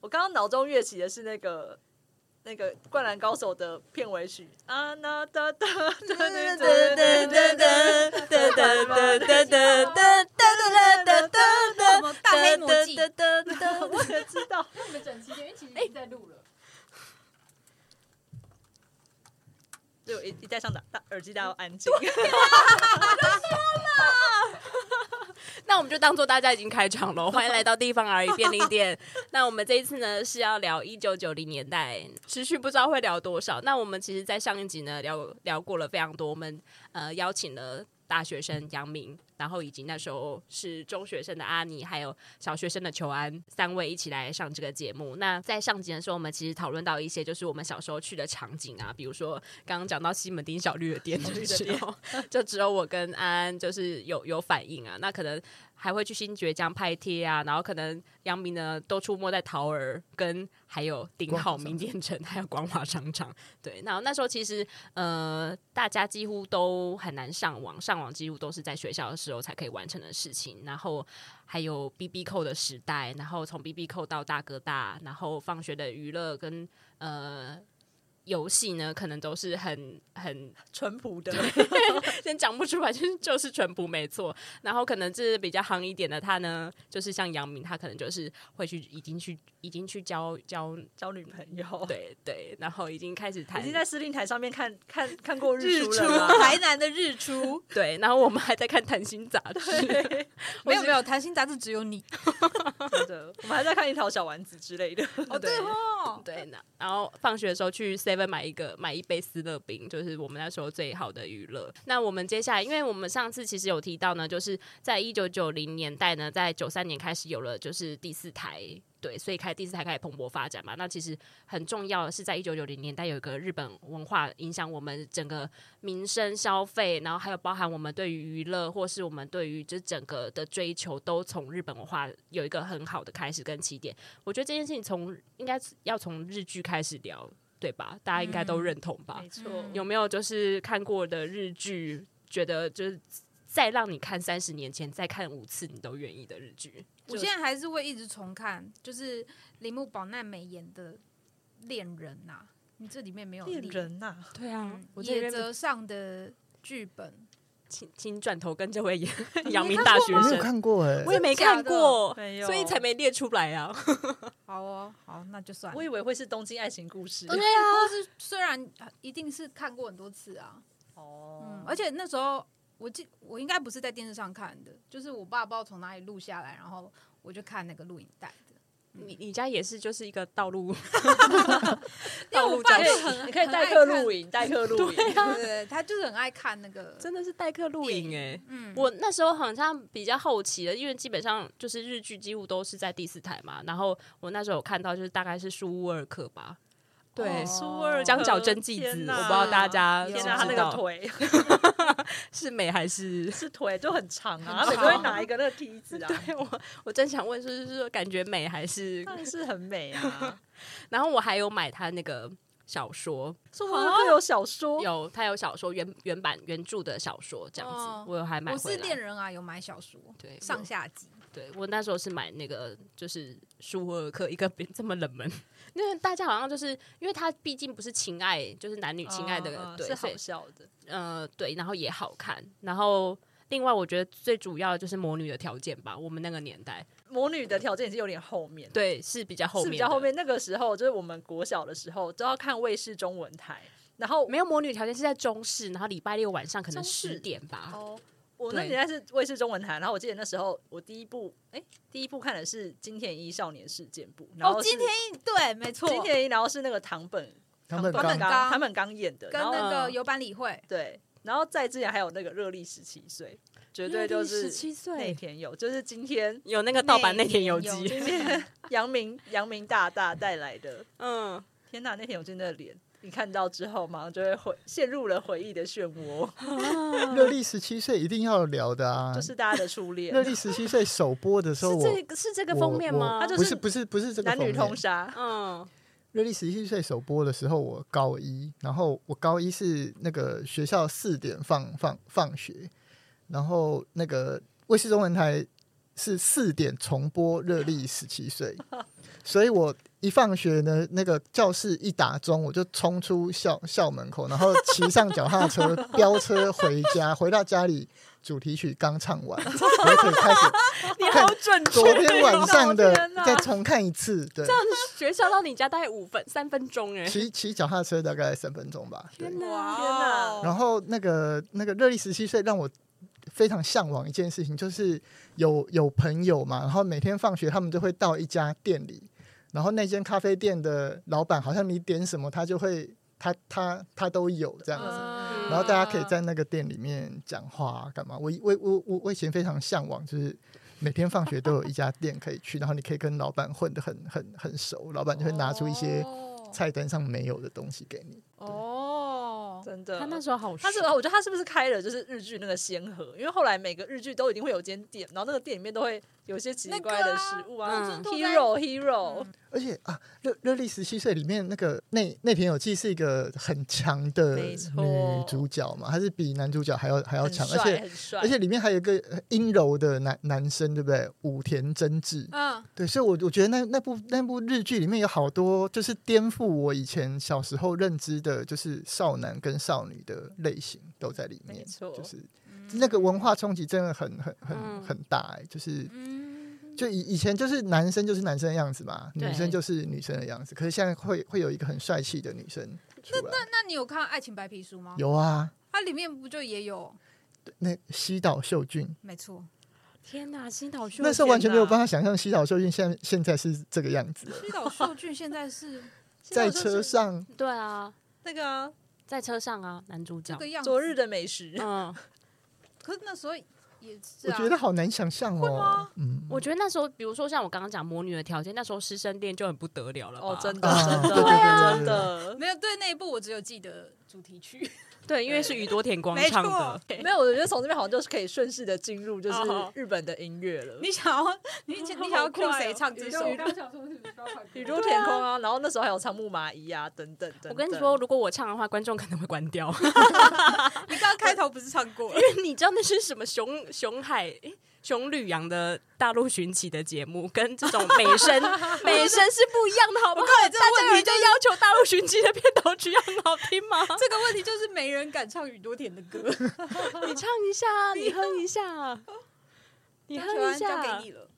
我刚刚脑中跃起的是那个那个《灌篮高手》的片尾曲啊，那哒哒哒哒哒哒哒哒哒哒哒哒哒呃哒。什么大黑魔镜？我也知道。那你们整期间，因为其实已经在录了，就一一戴上打大耳机，大家要安静。那我们就当做大家已经开场哎了，欢迎来到地方而 已便利店。那我们这一次呢是要聊一九九零年代，呃持续不知道会聊多少。那我们其实，在上一集呢聊聊过了非常多，我们呃邀请了大学生杨明，然后以及那时候是中学生的阿尼，还有小学生的求安三位一起来上这个节目。那在上集的时候，我们其实讨论到一些就是我们小时候去的场景啊，比如说刚刚讲到西门町小绿的店的时候，就只有我跟安安就是有有反应啊。那可能还会去新爵江拍贴啊，然后可能杨明呢都出没在桃儿跟还有顶好名店城，还有光华商场。对，那那时候其实呃，大家几乎都很难上网，上网几乎都是在学校的时候才可以完成的事情。然后还有 B B 扣的时代，然后从 B B 扣到大哥大，然后放学的娱乐跟呃。游戏呢，可能都是很很 淳朴的，先讲不出来，就是就是淳朴没错。然后可能是比较夯一点的，他呢，就是像杨明，他可能就是会去已经去已经去交交，交女朋友，对对，然后已经开始谈已经在司令台上面看看看过日出出了吗。台南的 日出对，然后我们还在看谈心杂 志，没有没有，谈心杂志只有 你真的，我们还在看樱桃小丸子之类的。哦，对哦，对，那然后放学的时候去 Seven 买一个买一杯斯乐冰，就是我们那时候最好的娱乐。那我们接下来，因为我们上次其实有提到呢，就是在一九九零年代呢，在九三年开始有了就是第四台。对，所以开第四台开始蓬勃发展嘛。那其实很重要的是，在一九九零年代有一个日本文化影响我们整个民生消费，然后还有包含我们对于娱乐或是我们对于这整个的追求，都从日本文化有一个很好的开始跟起点。我觉得这件事情从应该要从日剧开始聊，对吧？大家应该都认同吧？没错，嗯有没有就是看过的日剧，觉得就是再让你看三十年前再看五次你都愿意的日剧？我现在还是会一直重看，就是铃木保奈美演的《恋人》呐，你这里面没有恋丽，人呐，对啊嗯我这野边泽上的剧本，请请转头跟这位阳明大学我没有生，看过哎我，也没看过，没有，所以才没列出来啊。 好哦，好，那就算了我。以为会是《东京爱情故事》对啊，是虽然呃一定是看过很多次啊，嗯哦，而且那时候我记我应该不是在电视上看的，就是我爸不知道从哪里录下来，然后我就看那个录影带的，你你家也是就是一个道路因为道我路爸教就室，很你可以代带课录，影，代课录影。很爱看对对对，他就是很爱看那个，真的是代课录影哎、嗯，我那时候好像比较好奇的，因为基本上就是日剧几乎都是在第四台嘛，然后我那时候有看到就是大概是书屋二课吧，对，哦苏二江角真纪子，我不天知哪道大家知不天知哪，他那个道腿是美还是。是腿就很长啊，他每很长次会拿一个那个梯子啊， 对我，我真想问，是是说感觉美还是？当然是很美啊。然后我还有买他那个小说，苏二会有小说，有他有小说原原版原著的小说这样子，哦我有还买我回是来。恋人啊，有买小说对上下集，对我那时候是买那个就是舒尔克一个比这么冷门， 因为大家好像就是因为它毕竟不是情爱，就是男女情爱的，啊对，是所以好笑的。呃对，然后也好看，然后另外我觉得最主要的就是魔女的条件吧，我们那个年代魔女的条件已经有点后面，对是比较后是面，比较后，面。那个时候就是我们国小的时候都要看卫视中文台，然后没有魔女条件是在中视，然后礼拜六晚上可能中视十点吧，哦，我那对年代是卫视中文台，然后我记得那时候我第一部哎、第一部看的是金田一少年事件簿，然后哦，是今天一对，没错，金田一，然后是那个唐本他们唐刚本刚刚唐本刚演的，跟然后那个有版理会，对，然后在之前还有那个热力十七岁，绝对就十是七内岁，田有，就是今天有那个盗版那天游内记，阳明阳明大大带来的。嗯，天呐，那天有真的脸，你看到之后马上就会回陷入了回忆的漩涡，热力十七岁一定要聊的啊，就是大家的初恋热，力十七岁首播的时候，是我这个是这个我封面我吗？它就不是是不是不是这个男女封面通杀。 嗯。热力十七岁首播的时候，我高一，然后我高一是那个学校四点放放放学，然后那个卫视中文台是四点重播《热力十七 岁》，所以我一放学呢，那个教室一打钟，我就冲出校校门口，然后骑上脚踏车飙车回家。回到家里，主题曲刚唱完，我就可以开始你看好准确昨哦，天晚上 的天哪再重看一次。对，学校到你家大概五分三分钟哎、骑骑脚踏车大概三分钟吧。对。天哪然后那个那个热力十七岁让我非常向往一件事情，就是有有朋友嘛，然后每天放学他们就会到一家店里，然后那间咖啡店的老板好像你点什么，他就会他他他都有这样子。嗯然后大家可以在那个店里面讲话、啊、干嘛？我我我我我以前非常向往，就是每天放学都有一家店可以去，然后你可以跟老板混得很很很熟，老板就会拿出一些哦菜单上没有的东西给你。哦，真的，呃他那哦时候好，他是我觉得他是不是开了就是日剧那个先河？因为后来每个日剧都一定会有间店，然后那个店里面都会有一些奇怪的食物啊那个啊嗯，Hero Hero，而且啊，热热力十七岁里面那个内内田有纪是一个很强的没错女主角嘛，她是比男主角还要还要很强，帅而且很帅，而且里面还有一个呃阴柔的男男生，对不对？武田真治，嗯，对，所以我我觉得那那部那部日剧里面有好多就是颠覆我以前小时候认知的，就是少男跟少女的类型都在里面，没错就是那个文化冲击真的很很嗯很很大、欸，就是嗯，就以以前就是男生就是男生的样子嘛，对女生就是女生的样子。可是现在会会有一个很帅气的女生出来，那你有看《爱情白皮书》吗？有啊，它里面不就也有？那西岛秀俊，没错，天哪，新岛秀那时候完全没有办法。法想象西岛秀俊现在现在是这个样子了，虚岛秀俊现在 是在车上对啊，那个啊，在车上啊，男主角这个样子。昨日的美食，嗯，可是那时候也是我啊，觉得好难想象哦，嗯，我觉得那时候，比如说像我刚刚讲魔女的条件，那时候师生恋就很不得了了 吧哦，真的啊 真的对啊真的。没有对那一部，我只有记得主题曲。对，因为是宇多田光没唱错的，没有，我觉得从这边好像就是可以顺势的进入就是哦日本的音乐了。你想要你想你想要 Q 谁唱这宇首宙？宇宙小说是不是要换歌宇宙天空啊，然后那时候还有仓木麻衣啊，等等等等。我跟你说，，如果我唱的话，观众可能会关掉，你刚刚开头不是唱过了？ 你知道那是什么熊熊海、诶熊吕洋的大陆寻奇的节目，跟这种美 声美声是不一样的，好不好？这大家有人就要求大陆寻奇的片头曲要很好听吗？这个问题就是没人敢唱宇多田的歌，你唱一 下啊，你哼一下 啊，你哼一交下，给你了。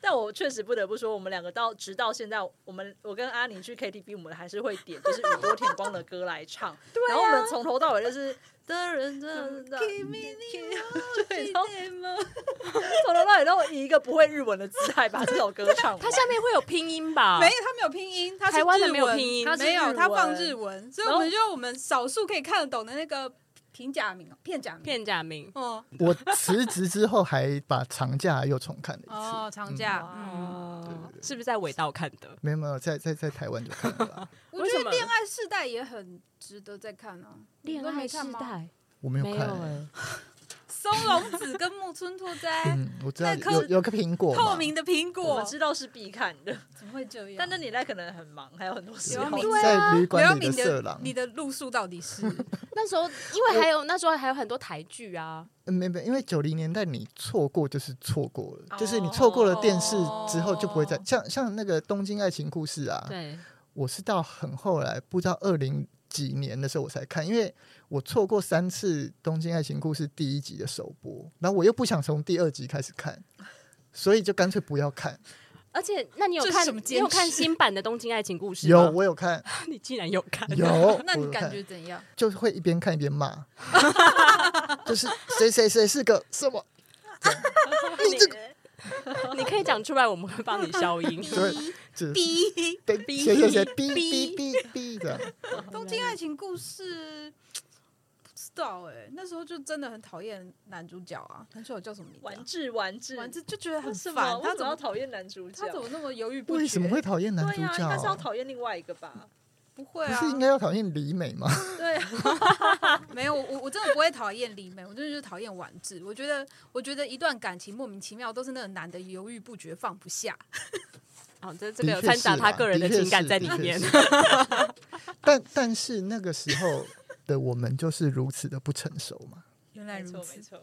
但我确实不得不说，我们两个到直到现在，我们我跟阿宁去 KTV，我们还是会点就是宇多田光的歌来唱。然后我们从头到尾就是的人真嗯的，对，然后从头到尾都以一个不会日文的姿态把这首歌唱完。它下面会有拼音吧？没，他没有拼音，他是台湾的日没有文拼音它是没有，日他放文日文，所以然我后们就用我们少数可以看得懂的那个平假名哦，片假名，片假名。哦我辞职之后还把长假又重看了一次，哦，长假，嗯，哦，是不是在尾道看的？没有没有，在在在台湾就看了啦，我为什觉得么恋爱世代也很值得再看哦，你都没看吗，我没有没有看，欸欸哎，松隆子跟木村拓哉， 嗯，我知道那颗有有个苹果嘛透明的苹我们果，知道是必看的，怎么会这样？但那年代可能很忙，还有很多事刘要明做在旅刘耀馆里明的色的狼，你的路数到底 是？ 那时候因为还有那时候还有很多台剧啊，嗯没没，因为九零年代你错过就是错过了，就是你错过了电视之后就不会再哦像像那个《东京爱情故事》啊，对，我是到很后来，不知道二零几年的时候我才看，因为我错过三次《东京爱情故事》第一集的首播，然后我又不想从第二集开始看，所以就干脆不要 看。而且，那你有这是看什么你坚有看持，新版的《东京爱情故 事》有，吗？我有看，你竟然有看？有那我你有感看觉怎样？就是会一边看一边骂， 就是谁谁谁是个什么，你这 个你可以讲出来，我们会帮你消 音。就 会就是 第被逼谁谁谁逼逼逼逼逼这样。东京爱情故事。不知道哎、那时候就真的很讨厌男主角啊，男主角叫什么名字、玩啊？具玩具完这就觉得为很什烦么，为他什怎么要么讨厌男主角他？怎么那么犹豫不决？为什么会讨厌男对主呀，应该是要角？啊讨厌另外一个 吧？不会不啊？是应该要讨厌李美 吗？对， 没有，我我真的不会讨厌李美，我真的就是讨厌婉智。我觉得，我觉得一段感情莫名其妙都是那个男的犹豫不决、放不下。哦，这这个有的确掺杂是他啦个人的确情感是在的里确面是。 但但是那个时候的我们就是如此的不成熟嘛。原没错没错。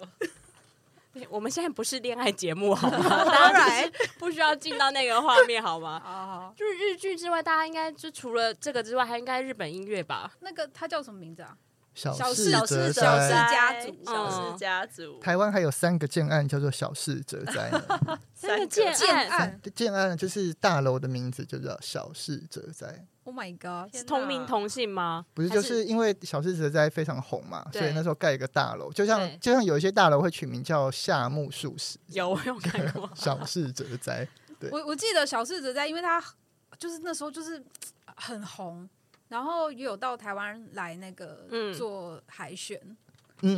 我们现在不是恋爱节目好吗？ 当当然然， 不需要进到那个画面好吗？哦，就是日剧之外，大家应该就除了这个之外，还应该日本音乐吧？那个他叫什么名字啊？嗯小小事 事小哲事小事哉。家族小事嗯家族，台湾还有三个建案叫做小事哲哉呢，三个建建案案建案就是大楼的名字就叫小事哲哉， ，Oh my god！是同名同姓吗？不是还就是因为小事哲哉非常红嘛，对所以那时候盖一个大楼，就像对就像有一些大楼会取名叫夏目漱石，。有我有看过小事哲哉，我我记得小柿子在，因为他就是那时候就是很红，然后也有到台湾来那个嗯做海选，嗯，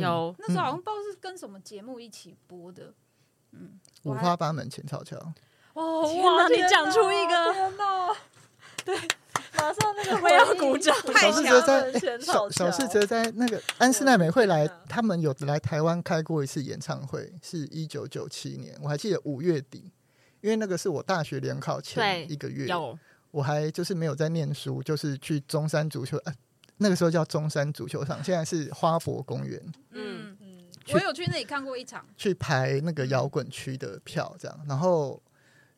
有那时候好像不知道是跟什么节目一起播的。嗯，五我还花八门前草桥，哦天哇！哪你讲出一个，天哪，对，马上那个我要鼓掌。太强小事了哲了哉，前诶小草小事桥哲哉那个安室奈美惠来天哪，他们有来台湾开过一次演唱会，是一九九七年，我还记得五月底，因为那个是我大学联考前对一个月，有我还就是没有在念书，就是去中山足球，呃、那个时候叫中山足球场，现在是花博公园，嗯，嗯，嗯，我有去那里看过一场，去排那个摇滚区的票，这样，然后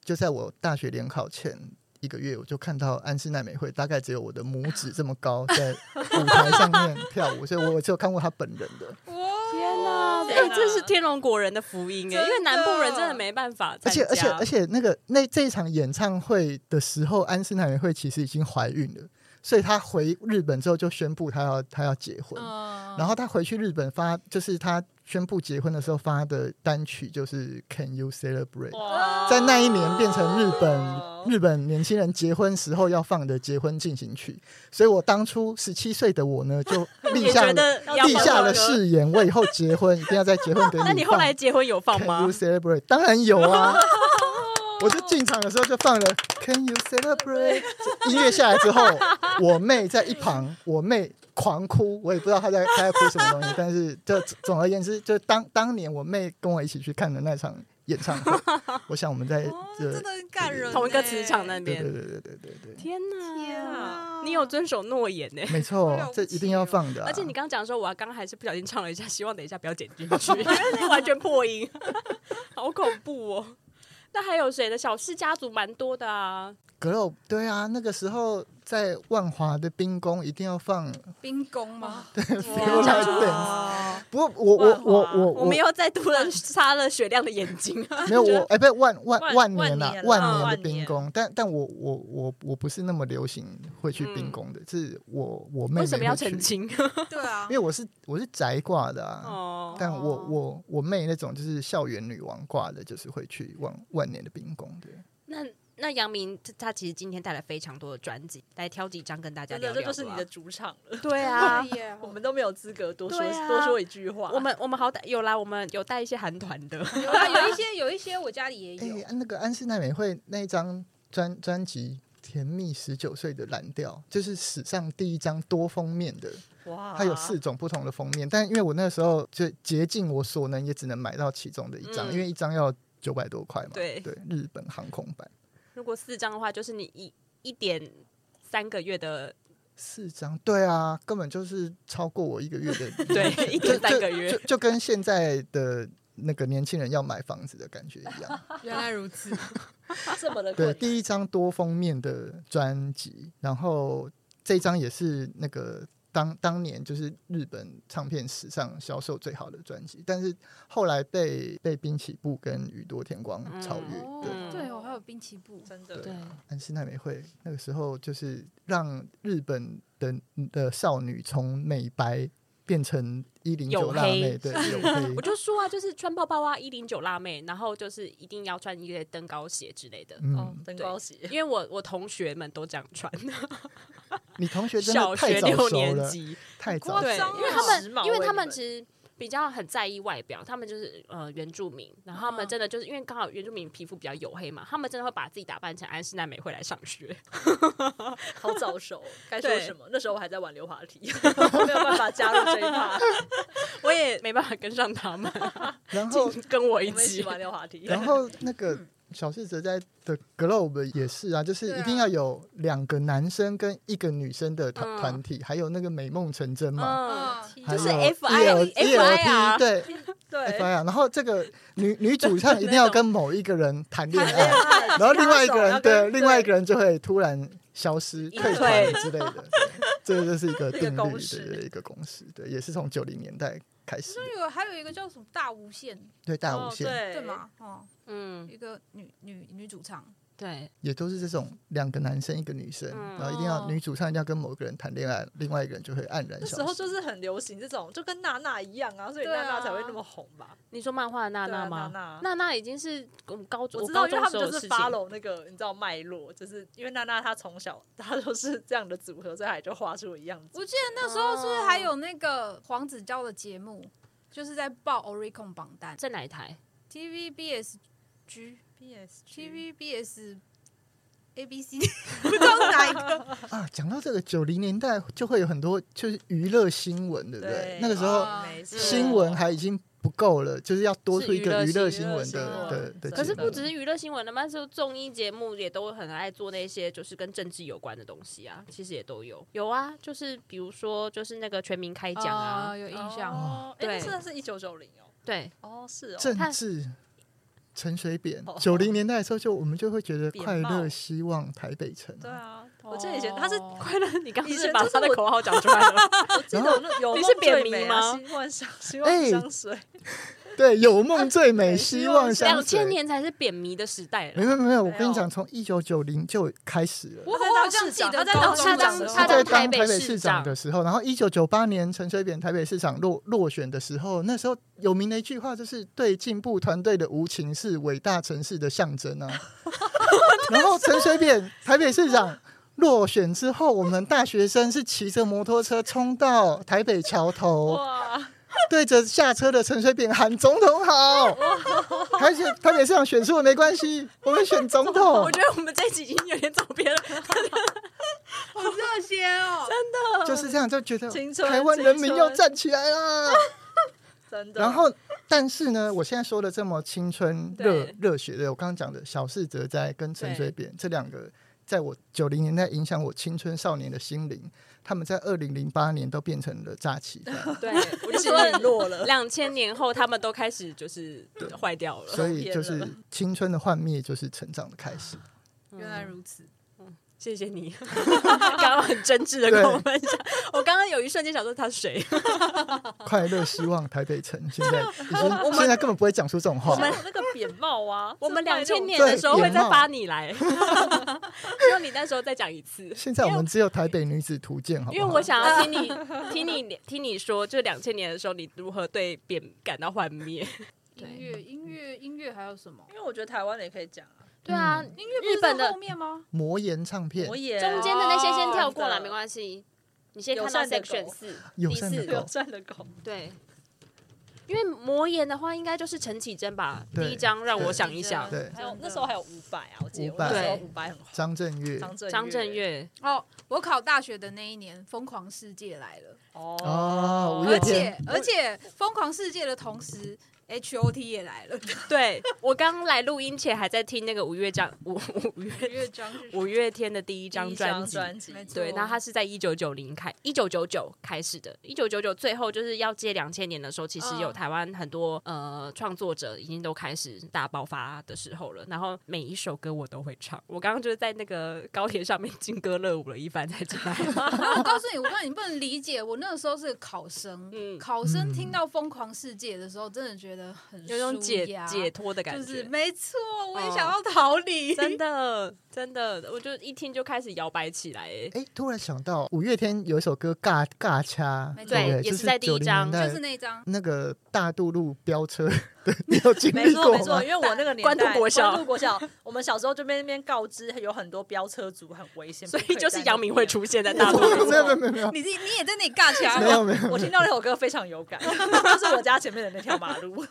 就在我大学联考前。一个月我就看到安室奈美惠大概只有我的拇指这么高， 在舞台上面跳舞，所以我只有看过她本人的。哇，天哪！天这哪这是天龙国人的福音哎，真的因为南部人真的没办法而参加且而且而且，那个那这一场演唱会的时候，安室奈美惠其实已经怀孕了，所以她回日本之后就宣布她要她要结婚。嗯，然后她回去日本发，就是她宣布结婚的时候发的单曲就是《Can You Celebrate》，嗯哇在那一年变成日本哦日本年轻人结婚时候要放的结婚进行曲。所以我当初十七岁的我呢，就立也下觉了得要立放下这了首歌誓言，我以后结婚一定要在结婚典礼 那你后放来结婚有放 Can 吗 you？celebrate？当然有啊！我就进场的时候就放了 Can you celebrate？音乐下来之后，我妹在一旁，我妹狂哭，我也不知道她在她在哭什么东西，但是就总而言之，就当当年我妹跟我一起去看的那场演唱会，我想我们在哦这那真的很感人欸，同一个磁场那对对边。对对对对对，天哪！天啊！你有遵守诺言呢、好没错了不，这一定要放的啊、而且你刚刚讲说，我刚刚还是不小心唱了一下，希望等一下不要剪进去， 因为完全破音， 好恐怖哦。那还有谁呢？小氏家族蛮多的啊，格肉对啊，那个时候在万华的冰宫一定要放。冰宫吗？ Feel Like Dance 不过我我我我我们又再度的擦了雪亮的眼睛。 没有我哎，不是万万万万年呐万年，啦万年的万冰年宫，但但我我我我不是那么流行会去冰宫的，是我我妹妹为什么要会去澄？清？对啊因，为我是我是宅挂的啊， 哦，但我我我妹那种就是校园女王挂的，就是会去万万年的冰宫的。那那杨明他他其实今天带来非常多的专辑，来挑几张跟大家真聊的，聊。这就是你啊的，主场了。对啊。对耶我们都没有资格多说对啊多说一句话。我们我们好歹有啦，我们有带一些韩团的，有啊，有一些有一些我家里也有，哎，那个安室奈美惠那一张专专辑《甜蜜十九岁的蓝调》，就是史上第一张多封面的。啊哇，它有四种不同的封面，但因为我那时候就竭尽我所能，也只能买到其中的一张，嗯因为一张要九百多块嘛。对日本航空版如果四张的话，就是你一一点三个月的，四张，对啊，根本就是超过我一个月 的对，一点三个就月。就跟现在的那个年轻人要买房子的感觉一样。原来 如此，这么的对，贵，第一张多封面的专辑，然后这张也是那个当当年就是日本唱片史上销售最好的专辑，但是后来被被滨崎步跟宇多田光超越。哦哎对，嗯对哦，还有滨崎步，真的对安室奈美惠那个时候就是让日本的的少女从美白变成一零黝九黑辣妹，对，黝 我黑。就说啊，就是穿包包啊，一零九辣妹，然后就是一定要穿一些登高鞋之类的，哦嗯，，登高鞋因为我我同学们都这样穿，你同学哎 真小的太学早六熟年了，级，太早夸对，熟张了。因为啊他时们髦因为欸他你们们其实。比较很在意外表，他们就是呃原住民，然后他们嗯真的就是因为刚好原住民皮肤比较黝黑嘛，他们真的会把自己打扮成安室奈美惠来上 学。好早熟，该说对什么？那时候我还在玩溜滑梯， 没有办法加入这一 趴。我也没办法跟上他们，然后跟我一我哦们一起 起。玩溜滑梯，然后那个小四哲在的 Globe 也是啊，就是一定要有两个男生跟一个女生的团嗯团体，还有那个美梦成真嘛，E 嗯，嗯，还就是有 FI ELT 对，对 F I 啊，然后这个女女主唱一定要跟某一个人谈恋谈恋爱，爱，然后另外一个要人跟对另外一个人就会突然消失、隐退退团之类的，这个就是一个这个定公律式的一个公式，对，也是从九零年代开始的，就有还有一个叫什么大无限，对大哦无限对哦对吗？哦，嗯，一个女女女主唱，对，也都是这种两个男生一个女生，嗯然后一定要哦女主唱一定要跟某一个人谈恋爱，另外一个人就会黯然那时消候失。就是很流行这种，就跟娜娜一样啊，所以对娜啊娜才会那么红吧？你说漫画的娜对啊娜吗？娜娜。娜娜已经是我们高中，我知道，高因为他中时们候就的是事情。 follow 那个，你知道脉络，就是因为娜娜她从小她就是这样的组合，所以她也就画出一样子。我记得那时候是不是还有那个黄子佼的节目，就是在报 Oricon 榜单在哪一台？ ，TVBSG。 PS TVBS、ABC，不 知道是哪一个。啊，讲到这个九零年代就会有很多就是娱乐新闻，对不对，啊那个时候哦没错新闻还已经不够了，就是要多出一个是娱娱乐乐新新闻娱乐的新的闻的节目。可是不只是娱乐新闻的嘛，那时候综艺节目也都很爱做那些就是跟政治有关的东西啊，其实也都有。有啊，就是比如说就是那个全民开讲啊，哦有印象。哦，哎，对那算是一九九零哦，对，哦是哦，政治，陈水扁哦，九零年代的时候就我们就会觉得扁快帽乐希望台北城啊，对啊，我记得以前他是哦 快乐，你刚刚以前是把就是他的我口号讲出来了吗，记得有那有你梦是扁最迷美啊吗希望香，希哎望香水，对，有梦最美，希希望望两相随千。年才是扁迷的时代没了。有没有，我跟没有你讲，从一九九零就开始了。我我好像记得他在当高中市长的时候他在在台当北台市北市长长的时候，然后一九九八年陈水扁台北市长落落选的时候，那时候有名的一句话就是“对进步团队的无情是伟大城市的象征”啊。然后陈水扁台北市长落选之后，我们大学生是骑着摩托车冲到台北桥头，哇，对着下车的陈水扁喊“总统好”，而且台北市长选输了没关系，我们选总统我。觉得我们这一集已经有点走偏了，好热血哦！就是这样，就觉得青春台湾人民要站起来啦。真的。 然后，但是呢，我现在说的这么青春热对热血的，我刚刚讲的小四哲哉跟陈水扁这两个，在我九零年代影响我青春少年的心灵，他们在二零零八年都变成了诈欺犯，对，我我就就说说你落了，两千年后他们都开始就是坏掉了。所以就走偏是了青春的幻灭，就是成长的开始。原来如此，谢谢你，刚刚很真挚的跟我分享。我刚刚有一瞬间想说他是谁，快乐希望台北城现在已经现在根本不会讲出这种话我，们那个扁帽 啊，我们是卖两那种千年的时候会再发你 来，希望你那时候再讲一次。现在我们只有台北女子图鉴，好不因为好？我想要听你、听你、听你说，就两千年的时候，你如何对扁感到幻灭？对音乐音乐音乐还有什么因？为我觉得台湾的也可以讲啊， 对啊，嗯音乐不日是本的在后面吗？魔岩唱片我，也中间的那些先跳过哦了，没关系。你先友看到善的 section 狗 四、友第善的四狗友善的狗，对，因为魔岩的话，应该就是陈绮贞吧。对第一张让我想一想，对还有那时候还有伍佰啊，我记得伍我佰那时候伍佰很红，张震岳，张震张震岳，哦，我考大学的那一年，《疯狂世界》来了，哦五而月且天而且《疯狂世界》的同时，H.O.T 也来了，对我刚来录音前还在听那个五月张五五五月月张是五月天的第一第张一专张辑。专辑没错对，那他是在一九九零开一九九九开始的，一九九九最后就是要接两千年的时候，其实嗯有台湾很多、呃创作者已经都开始大爆发的时候了。然后每一首歌我都会唱，我刚刚就是在那个高铁上面劲歌热舞了一番才进来。 啊我告诉你，我告诉你，你不能理解。我那个时候是个考生，嗯考生听到《疯狂世界》的时候，真的觉得很有种解舒压解，脱的感觉，哦就是没错，我也想要逃离。真的真的，我就一听就开始摇摆起来、 欸。哎，突然想到五月天有一首歌《尬尬掐》，没错对不对也就是在第一张90年代就是那一张， 那个大渡路飙车，对你有经没历错过没错，吗？因为我那个年代关渡国小关渡国小，我们小时候就被那边告知有很多飙车族很危险，所不以可就是在那杨明会边。出现在大陆没。有没有 没有没有你自己你也在那里尬起来没有吗？没有，我听到那首歌非常有 感，就是我家前面的那条马路。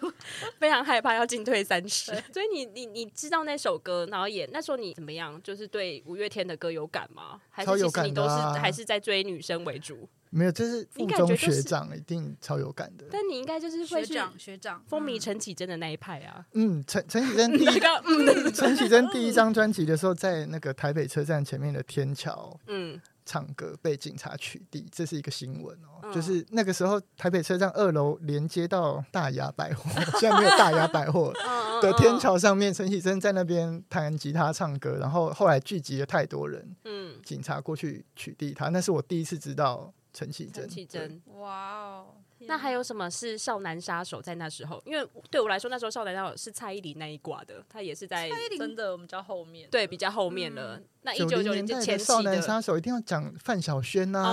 非常害怕要进退三尺。 所以你你你知道那首歌，然后也那时候你怎么样？就是对五月天的歌有感吗？还是超其有实感你都是、的啊还是在追女生为主？没有，这是你附感觉中就是学长一定超有感的。但你应该就是会学去长学长风靡嗯陈绮贞的那一派 啊。嗯，陈陈绮贞第那 一个嗯陈绮贞第一张专辑的时候，在那个台北车站前面的天桥，嗯，唱歌被警察取缔，这是一个新闻哦。嗯就是那个时候台北车站二楼连接到大雅百 货，现在没有大雅百货了嗯的天，桥上面，陈绮贞在那边弹吉他唱歌，然后后来聚集了太多人，嗯，警察过去取缔她。那是我第一次知道陈绮贞。陈绮对贞。哇哦，那还有什么是少男杀手？在那时候，因为对我来说，那时候少男杀手是蔡依林那一挂的，他也是在真的，我们叫后面对比较后面了。那哎一九九九零零年代前的期少男杀手一定要讲范晓萱啊呐、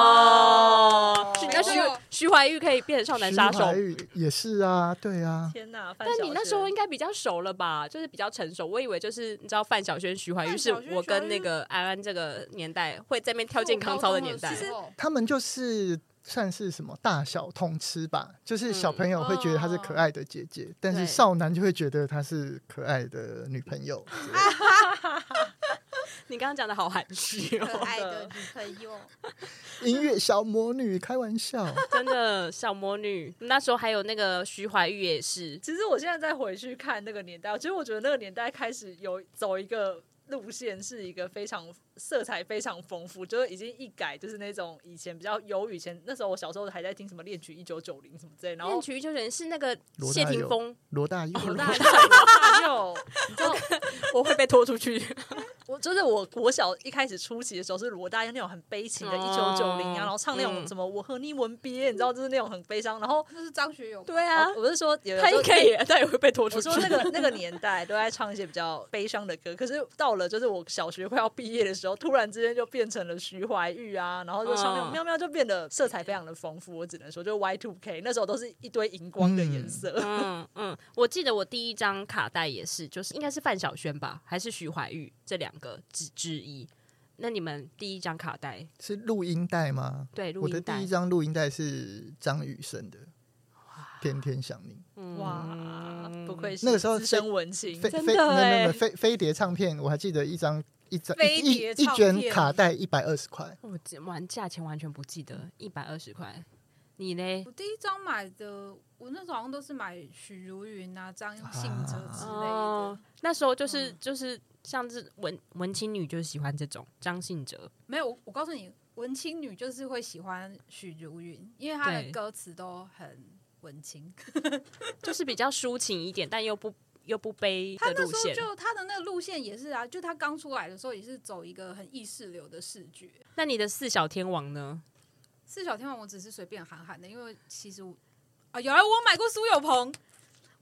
哦，是那徐徐怀钰可以变成少男杀徐手怀，钰也是啊，对啊，天哪！范但晓你那时候萱应该比较熟了吧？就是比较成熟。我以为就是你知道范晓萱、徐怀钰范是晓萱我跟徐怀钰那个安安这个年代会在那边跳健康操的年代其。实他们就是算是什么大小通吃吧，就是小朋友会觉得她是可爱的姐姐，但是嗯哦对少男就会觉得她是可爱的女 朋友。你刚刚讲的好含蓄可哦， 爱的女朋友，音乐小魔女，开 玩笑，真的小魔女。那时候还有那个徐怀钰也是，其实我现在再回去看那个年代，其实我觉得那个年代开始有走一个路线，是一个非常色彩非常丰富，就是已经一改就是那种以前比较有以前那时候我小时候还在听什么恋曲一九九零什么之类，然后恋曲一九九零是那个罗谢大霆佑锋， 罗大佑，哦大家有，你知道 我会被拖出去。我就是我国小一开始初期的时候是罗大佑那种很悲情的，一九九零哦啊，然后唱那种嗯什么我和你吻别，你知道就是那种很悲伤，然后 那是张学友吧。对啊，我是说有的他时候应该也，他也会被拖出我去。说那个那个年代都在唱一些比较悲伤的歌，可是到了就是我小学快要毕业的时候，突然之间就变成了徐怀钰啊，然后就唱那种嗯喵喵，就变得色彩非常的丰富。我只能说，就 Y Two K 那时候都是一堆荧光的颜色。嗯嗯，我记得我第一张卡带也是，就是应该是范晓萱吧，还是徐怀钰这两个之之一。那你们第一张卡带是录音带吗？对录我的音带第一张录音带是张雨生的《天天想你嗯哇，不愧是嗯那个时候资深文》青，飞，真飞没的有没有没有欸飞飞碟唱片，我还记得一张一张飞一碟一一唱卷片卡带一百二十块，我只完价钱完全不记得，一百二十块。你嘞我？第一张买的，我那时候好像都是买许茹芸啊、张信哲之类的哦，，那时候就是、就是像是文文青女就喜欢这种张信哲，没有，我我告诉你，文青女就是会喜欢许茹芸，因为她的对歌词都很文青。就是比较抒情一点，但又不又不悲她的那路时候线。就她的那个路线也是啊，就她刚出来的时候也是走一个很意识流的视觉。那你的四小天王呢？四小天王我只是随便喊喊的，因为其实我啊，有啊，我买过苏有朋，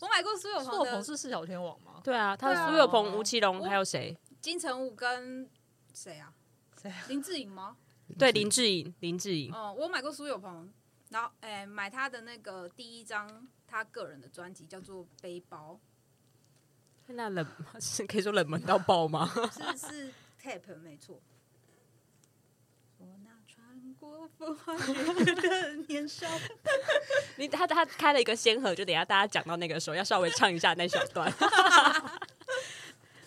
我买过苏有苏有朋朋的是四小天王吗？对啊，对他啊苏有朋、吴奇隆我还有谁？金城武跟谁啊？谁啊 林志颖吗？对，林志颖，林志颖。哦，我买过苏有朋，然后哎、买他的那个第一张他个人的专辑叫做《背包那冷是可以说冷门到爆吗？》，是是 tape 没错。我那穿过风花雪月的年少，你他他开了一个先河，就等一下大家讲到那个时候要稍微唱一下那小段。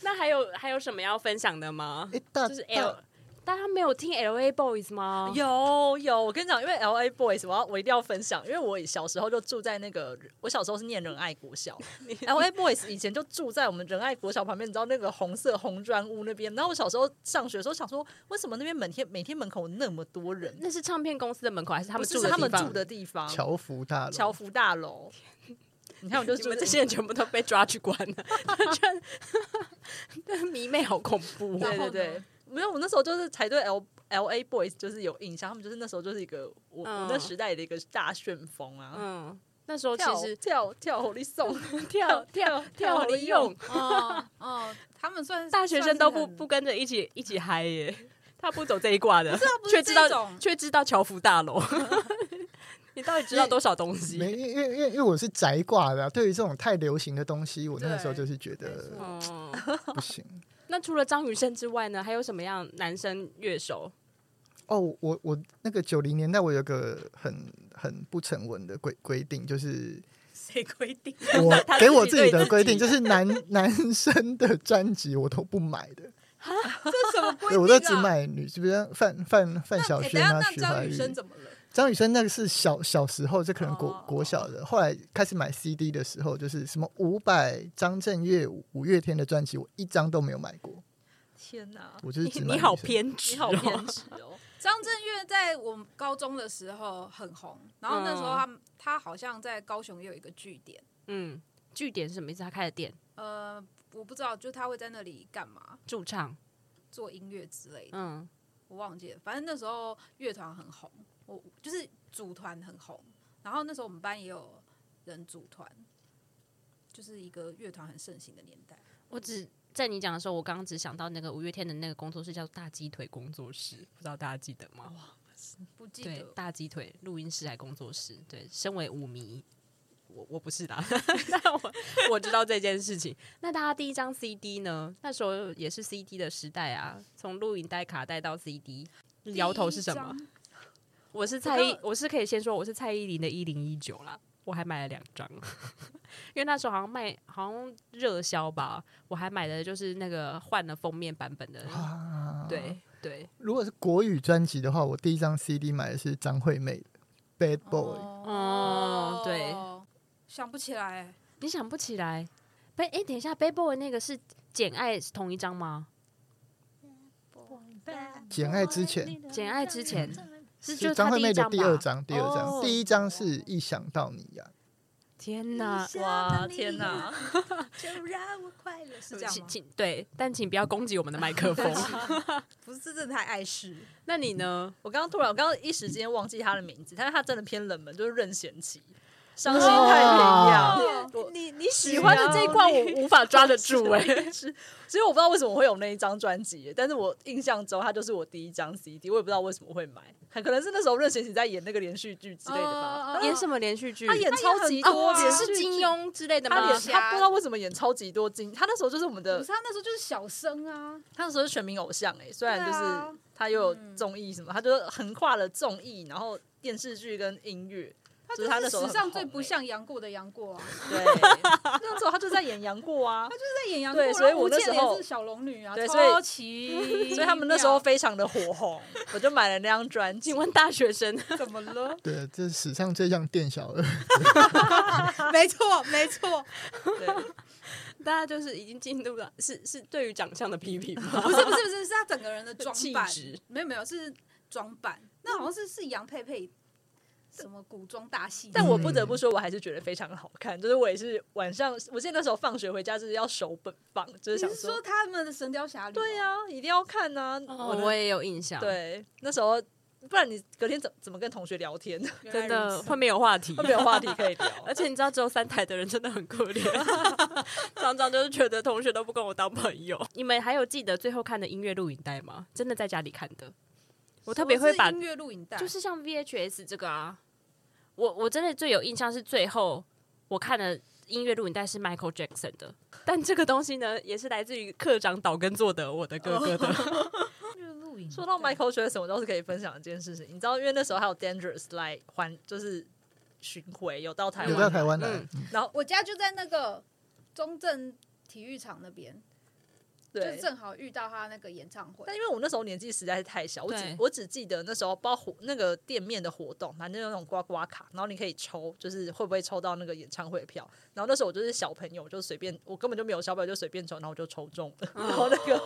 那还有还有什么要分享的吗？哎大就是大 L，大家没有听 L A Boys 吗？有有，我跟你讲，因为 L A Boys，我要我一定要分享，因为我小时候就住在那个，我小时候是念仁爱国 小，L A Boys 以前就住在我们仁爱国小旁边，你知道那个红色红砖屋那边。然后我小时候上学的时候想说，为什么那边每天每天门口那么多人？那是唱片公司的门口，还是他不们是住是的他们地方住的地方，侨福大楼，侨福大楼。你看，我就你住们在这 些人全部都被抓去关了，那迷妹好恐怖、对对哦。对，没有，我那时候就是才对 L L A Boys 就是有印象，他们就是那时候就是一个我、我那嗯时代的一个大旋风啊。嗯，那时候其跳实跳跳火力送跳跳跳离离用，， 哦哦，他们算大学生都不不不跟着一起一起嗨耶，他不走这一挂的，不却是知这道 种，却知道侨福大楼。 你到底知道多少东西？没，因为因为因为因为我是宅挂的啊、对于这种太流行的东西，我那个时候对就是觉没得错哦，不行。那除了张雨生之外呢，还有什么样男生乐手？哦，我我那个九零年代，我有个很很不成文的规规 定，就是谁规定？我他自己给我自己对自的己规定，就是男男生的专辑我都不买的，这什么规对定啊？我都只买女，比如像范范范那晓哎萱等啊一下，那徐怀张雨钰生。怎么了？张雨生那个是小小时候，这可能国哦国小的，后来开始买 CD 的时候，就是什么伍佰、张震岳、五五月天的专辑，我一张都没有买过。天哪，我就是直你男好女生，偏执、你哦，好偏执哦！张震岳在我们高中的时候很红，然后那时候他、他好像在高雄也有一个据点，嗯，据点是什么意思？他开的店呃，我不知道，就他会在那里干嘛，驻唱，做音乐之类的，嗯，我忘记了。反正那时候乐团很红，我就是组团很红，然后那时候我们班也有人组团，就是一个乐团很盛行的年代。我只在你讲的时候，我刚刚只想到那个五月天的那个工作室叫大鸡腿工作室，不知道大家记得吗？不记对，得，大鸡腿录音室还工作室，对，身为舞迷。我我不是 啦，但我我知道这件事情。那大家第一张 CD 呢？那时候也是 CD 的时代啊，从录影带、卡带到 CD，摇头是什么？第一张？我是蔡依刚，我是可以先说我是蔡依林的一零一九啦，我还买了两张，因为那时候好像卖好像热销吧，我还买的就是那个换了封面版本的，啊。对对，如果是国语专辑的话，我第一张 CD 买的是张惠妹的《Bad Boy》哦对，想不起来、欸，你想不起来？贝哎、等一下，Bad Boy 那个是《简爱》是同一张吗？简爱之前《简爱》之前是哦就是是张他惠第妹一的张第二吧？张，第二张，哦第一张是《一想到你》啊呀，天哪！哇，天哪！就让我快乐，是这样请吗？请对，但请不要攻击我们的麦克 风。不是，真的太碍事。那你呢？我刚刚突然，我刚刚一时间忘记他的名字，但是他真的偏冷门，就是任贤齐，伤心太平洋。我你你喜喜欢欢的的这这一一罐罐我无法抓得住哎、是，所以我不知道为什么会有那一张专辑，但是我印象中它就是我第一张 CD，我也不知道为什么会买，很可能是那时候任贤齐在演那个连续剧之类的吧。嗯哦 演什么连续剧？他演超级哦多他连演只续是剧，金庸之类的他吗演？他不知道为什么演超级多金，他那时候就是我们不的是，，他那时候就是小生啊，他那时候是全民偶像哎、虽然对就是啊他又有综艺什么，他就是横跨了综艺，然后电视剧跟音乐，他就是他那时候史很上红最不欸像杨过的杨过啊，就对， 那时候他就在演杨过啊，是在演杨过，对然后所以我吴那倩时莲候是小龙女啊，对所以超 奇，所以他们那时 候非常的火红，我就买了那张专辑请。问大学生怎么了？对，这是史上最像店小二。没错，没错，对， 大家就是已经进入了是是对于长相的批评吗？不是不是不是，是他整个人的装气扮质，没有没有是装扮，那好像是是杨佩佩什么古装大戏，但我不得不说，我还是觉得非常好看。就是我也是晚上，我记得那时候放学回家就是要守本放，就是你想是说哦他们的《神雕侠侣》？哦对啊呀、一定要看呐、我的哦我也有印象，，对那时候，不然你隔天怎怎么跟同学聊天？ 原来真如此，的会没有话题会。没有话题可以聊。 而且你知道，只有三台的人真的很可怜， 常常就是觉得同学都不跟我当朋友。你们还有记得最后看的音乐录影带吗？真的在家里看的，我特别会把什么是音乐录影带，就是像 VHS 这个啊，我我真的最有印象是最后我看的音乐录影带是 Michael Jackson 的，但这个东西呢，也是来自于课长岛根做的，我的哥哥的。 音乐录影带。说到 Michael Jackson，我倒是可以分享一件事情。你知道，因为那时候还有 Dangerous 来还就是巡回，有到台 有到湾，台湾啊来，嗯然后我家就在那个中正体育场那边，就对，正好遇到他那个演唱会但。因为我那时候年纪实在是太小，我只对我只记得那时候包活那个店面的活动，反正有那种刮刮卡，然后你可以抽，就是会不会抽到那个演唱会票。然后那时候我就是小朋友，我就随便，我根本就没有小朋友，就随便抽，然后我就抽中了。然后那个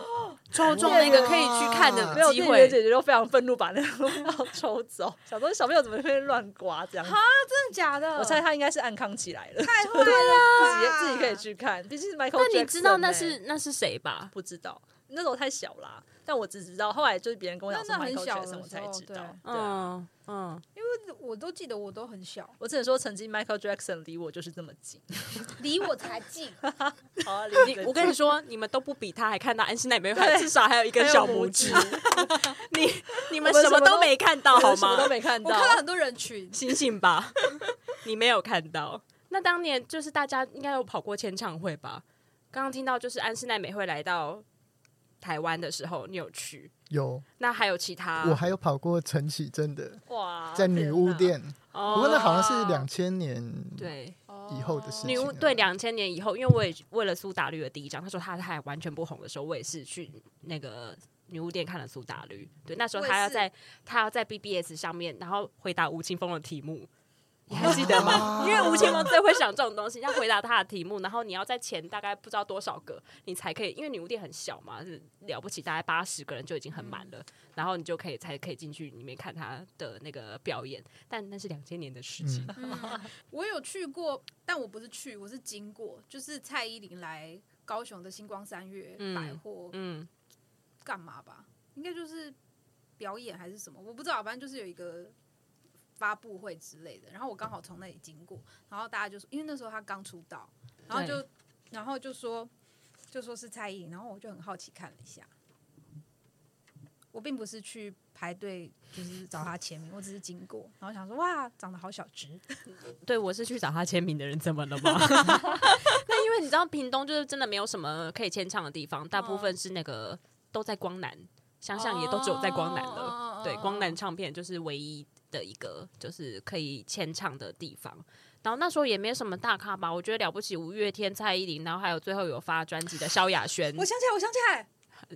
抽中那个可以去看哇的没有嗯机店员会，姐姐就非常愤怒，把那个票抽走。想说小朋友怎么会乱刮这样子？真的假的我猜他应该是暗康起来了，太 坏了自己自己可以。去看，毕竟是 Michael 啊那 Jackson 欸。你知道那是那是谁吧？不知道？那时候太小啦，但我只知道后来就是别人跟我讲说那那很 Michael 小的 Jackson，我才时候知道。对啊嗯嗯，我都记得我都很小，我只能说，曾经 Michael Jackson 离我就是这么近。离我才 近。好 啊，哦你我跟你说，你们都不比他还看到安心奶没有，至少还有一根小拇指。你你们我们什什么么都都没看到好什么吗都？没看我到看。到很多人群， 醒醒吧，你没有看到。那当年就是大家应该有跑过签唱会吧？刚刚听到就是安室奈美惠来到台湾的时候，你有去？有那还有其他？我还有跑过陈绮贞的，哇，在女巫店，啊哦不过那好像是两千年对以后的事女情巫了。对两千年以后，因为我也为了苏打绿的第一张，他说他还完全不红的时候，我也是去那个女巫店看了苏打绿。对，那时候我也他要是在他要在 BBS 上面，然后回答吴青峰的题目。你还记得吗？ 因为吴青峰最会想这种东西，要回答他的题目，然后你要在前大概不知道多少个，你才可以，因为女巫店很小嘛，是了不起，大概八十个人就已经很满了，然后你就可以才可以进去里面看他的那个表演，但那是两千年的事情。嗯，我有去过，但我不是去，我是经过，就是蔡依林来高雄的星光三月嗯百货嗯，干嘛吧？应该就是表演还是什么，我不知道，反正就是有一个发布会之类的。然后我刚好从那里经过，然后大家就说，因为那时候她刚出道，然后就然后就说就说是蔡依林，然后我就很好奇看了一下。我并不是去排队，就是找她签名，我只是经过，然后想说哇，长得好小只，对，我是去找他签名的人，怎么了吗？ 那因为你知道，屏东就是真的没有什么可以签唱的地方，大部分是那个都在光南，想想也都只有在光哦南了。了对，光南唱片就是唯一的一个就是可以签唱的地方。然后那时候也没什么大咖吧，我觉得了不起五月天、蔡依林，然后还有最后有发专辑的萧亚轩我，想起来，我想起来，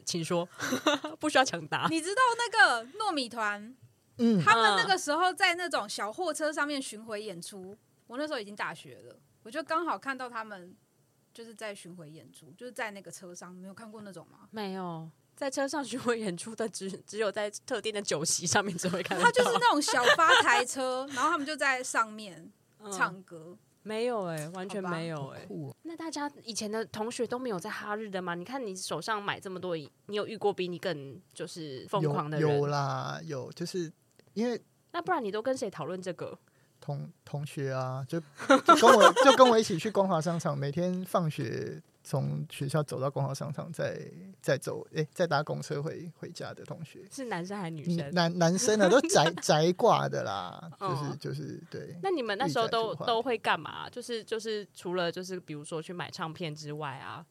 请说， 不需要抢答。你知道那个糯米团，嗯，他们那个时候在那种小货车上面巡回演出，我那时候已经大学了，我就刚好看到他们就是在巡回演出，就是在那个车上，没有看过那种吗？ 没有在车上巡回演出的只只有在特定的酒席上面只会看得到，他就是那种小发财车，然后他们就在上面嗯唱歌，没有哎、完全好吧没有哎、酷哦那大家以前的同学都没有在哈日的吗？你看你手上买这么多，你有遇过比你更就是疯狂的有有人？啦，有就是因为那不然你都跟谁讨论这个？同同学啊，就就跟我 就跟我一起去光华商场，每天放学从学校走到光华商场再，再走，诶，再搭公车回回家的同学，是男生还是女你生？男男生啊，都 宅宅挂的啦，就哦是就是对，那你们那时候都御宅族化都会干嘛？就是就是除了就是比如说去买唱片之外啊，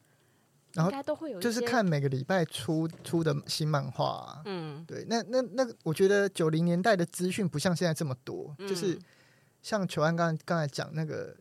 然后应该都会有一就是些看每个礼拜出出的新漫画啊、嗯对，那那那，我觉得九零年代的资讯不像现在这么多，嗯就是像球安刚刚才讲那个，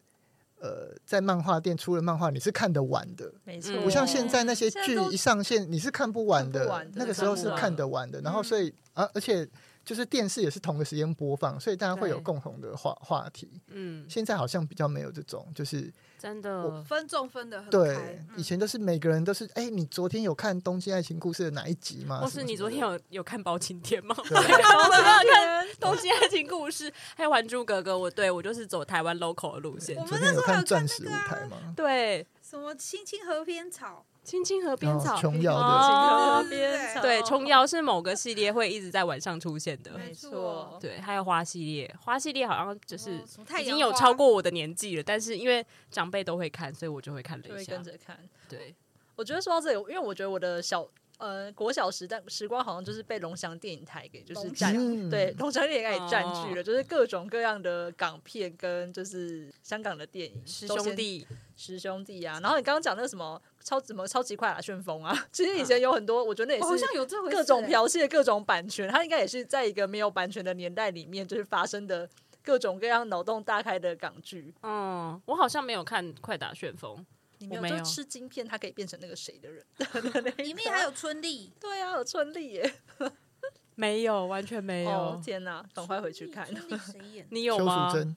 呃，在漫画店出了漫画，你是看得完的，没错，嗯不像现在那些现在剧都一上线你是看不完的，看不完的那个时候是看看不得完的。然后所以啊，而且就是电视也是同个时间播放，所以大家会有对共同的话话题。嗯，现在好像比较没有这种，就是真的分众分的很开嗯对，以前都是每个人都是，哎，你昨天有看《东京爱情故事》的哪一集吗？或啊什是么你什昨么天的有有看《包青天》 吗？对看《东京爱情故事》，还有《还珠格格》，我对我就是走台湾 local 的路线 我。昨们那天时有候看《有钻看石舞台》吗？对，什么青青河边草，青青河边然后草，琼瑶哦的河边草，对，琼瑶是某个系列会一直在晚上出现的。没错，对，还有花系列，花系列好像就是什哦么太已阳经有花超过我的年纪了，但是因为长辈都会看，所以我就会看就了一会下跟。着看。对，我觉得说到这里，因为我觉得我的小呃国小时代时光好像就是被龙翔电影台给就是占嗯对龙翔电影台给占据了，就是各种各样的港片跟就是香港的电影，师都先兄弟，师兄弟啊，然后你刚刚讲那个什么超什么超级快打旋风啊，其实以前有很多，我觉得那我哦好也是像。有这回事各种欸，剽窃、各种版权，它应该也是在一个没有版权的年代里面，就是发生的各种各样脑洞大开的港剧。嗯，我好像没有看《快打旋风》，你没有我没有就吃晶片，它可以变成那个谁的人？里面还有春丽，对啊，有春丽耶！没有，完全没有。哦天哪，赶快回去看。 春丽谁演？你邱有吗淑？贞，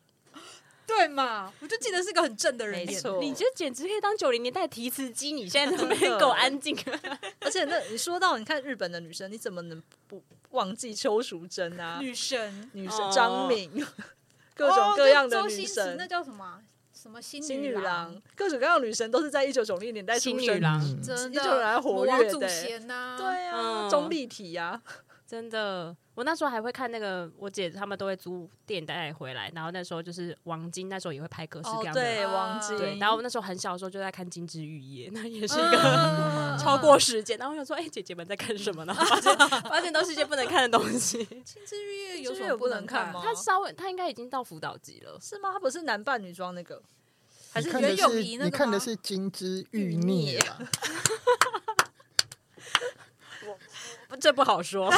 对嘛？我就记得是个很正的人欸没演错，你这简直可以当九零年代的提词机，你现在能不真能的够安静？而且那你说到你看日本的女生，你怎么能不忘记邱淑贞啊？女神，女神哦张敏， 各种各样哦的就周女星驰神那，叫什么啊什么新新女女郎，各种各样的女神都是在一九九零年代出新女生的。郎，嗯真一种人还的活魔跃王祖的欸贤呐，对啊，嗯钟丽缇啊呀，真的，我那时候还会看那个，我姐她们都会租电影带回来，然后那时候就是王晶，那时候也会拍各式各样的。哦对，啊王晶，对，然后我那时候很小的时候就在看《金枝玉叶》，那也是一个、嗯 超过时间，然后我想说，哎、姐姐们在看什么？然后发现发现都是一些不能看的东西。青之玉叶有有什什么么不不能能看看吗吗？ 她稍微，她应该已经到辅导级了。是吗？他不是男扮女装那个，还你是看袁的咏是仪那你个看的吗是《金枝欲欲孽孽》啦。不这不好说。啊